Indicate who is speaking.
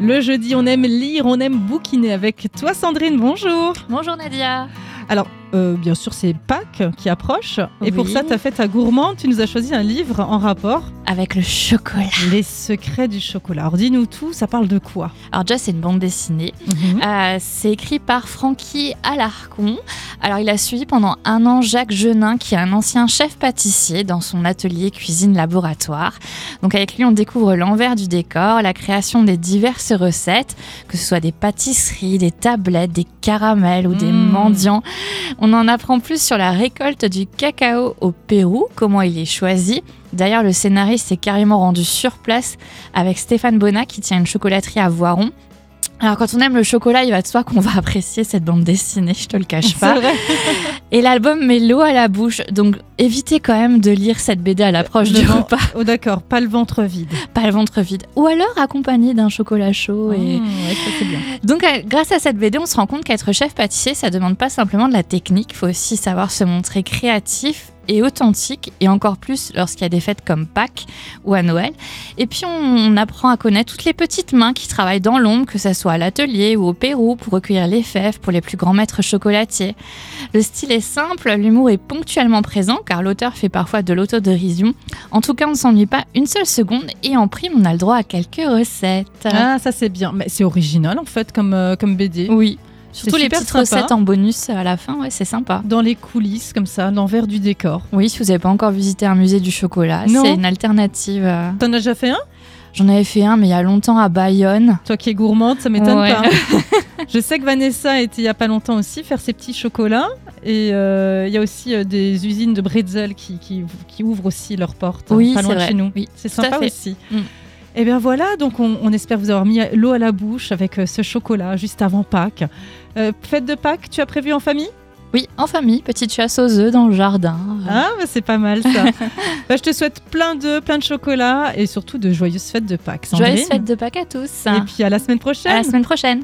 Speaker 1: Le jeudi, on aime lire, on aime bouquiner avec toi, Sandrine. Bonjour.
Speaker 2: Bonjour Nadia.
Speaker 1: Alors, euh, bien sûr, c'est Pâques qui approche. Et pour
Speaker 2: Oui.
Speaker 1: ça, tu as fait ta gourmande. Tu nous as choisi un livre en rapport
Speaker 2: Avec le chocolat.
Speaker 1: Les secrets du chocolat. Alors, dis-nous tout, ça parle de quoi
Speaker 2: Alors déjà, c'est une bande dessinée.
Speaker 1: Mhm.
Speaker 2: Euh, c'est écrit par Francky Alarcon. Alors il a suivi pendant un an Jacques Genin, qui est un ancien chef pâtissier dans son atelier cuisine laboratoire. Donc avec lui, on découvre l'envers du décor, la création des diverses recettes, que ce soit des pâtisseries, des tablettes, des caramels ou des
Speaker 1: Mmh.
Speaker 2: mendiants. On en apprend plus sur la récolte du cacao au Pérou, comment il est choisi. D'ailleurs, le scénariste s'est carrément rendu sur place avec Stéphane Bonnat qui tient une chocolaterie à Voiron. Alors quand on aime le chocolat, il va de soi qu'on va apprécier cette bande dessinée, je te le cache pas.
Speaker 1: C'est vrai.
Speaker 2: Et l'album met l'eau à la bouche, donc évitez quand même de lire cette BD à l'approche du
Speaker 1: Devant-
Speaker 2: repas,
Speaker 1: Oh, d'accord, pas le ventre vide.
Speaker 2: pas le ventre vide. Ou alors accompagné d'un chocolat chaud. Et...
Speaker 1: Mmh, ouais, ça, c'est bien.
Speaker 2: Donc euh, grâce à cette BD, on se rend compte qu'être chef pâtissier, ça demande pas simplement de la technique, il faut aussi savoir se montrer créatif et authentique, et encore plus lorsqu'il y a des fêtes comme Pâques ou à Noël. Et puis on, on apprend à connaître toutes les petites mains qui travaillent dans l'ombre, que ce soit à l'atelier ou au Pérou, pour recueillir les fèves pour les plus grands maîtres chocolatiers. Le style est simple, l'humour est ponctuellement présent, car l'auteur fait parfois de l'autodérision. En tout cas, on ne s'ennuie pas une seule seconde, et en prime, on a le droit à quelques recettes.
Speaker 1: Ah, ça, c'est bien. Mais c'est original, en fait, comme, euh, comme BD.
Speaker 2: Oui.
Speaker 1: C'est
Speaker 2: Surtout les
Speaker 1: super
Speaker 2: petites
Speaker 1: sympa.
Speaker 2: recettes en bonus à la fin, ouais, c'est sympa.
Speaker 1: Dans les coulisses, comme ça, l'envers du décor.
Speaker 2: Oui, si vous n'avez pas encore visité un musée du chocolat,
Speaker 1: Non.
Speaker 2: c'est une alternative. euh.
Speaker 1: T'en as déjà fait un
Speaker 2: J'en avais fait un, mais il y a longtemps à Bayonne.
Speaker 1: Toi qui es gourmande, ça m'étonne
Speaker 2: Ouais.
Speaker 1: pas. hein. Je sais que Vanessa était il y a pas longtemps aussi faire ses petits chocolats. Et euh, il y a aussi euh, des usines de bretzel qui, qui, qui ouvrent aussi leurs portes. hein,
Speaker 2: Oui,
Speaker 1: pas
Speaker 2: c'est
Speaker 1: loin de
Speaker 2: vrai.
Speaker 1: chez nous.
Speaker 2: Oui,
Speaker 1: C'est
Speaker 2: tout à
Speaker 1: sympa
Speaker 2: fait.
Speaker 1: aussi.
Speaker 2: Mm.
Speaker 1: Et bien voilà, donc on, on espère vous avoir mis l'eau à la bouche avec euh, ce chocolat juste avant Pâques. Euh, fête de Pâques, tu as prévu en famille
Speaker 2: Oui, en famille, petite chasse aux œufs dans le jardin.
Speaker 1: Ah, bah, c'est pas mal ça. Bah, je te souhaite plein d'œufs, plein de chocolat et surtout de joyeuses fêtes de Pâques.
Speaker 2: Joyeuses
Speaker 1: Sandrine.
Speaker 2: fêtes de Pâques à tous.
Speaker 1: Et puis à la semaine prochaine.
Speaker 2: À la semaine prochaine.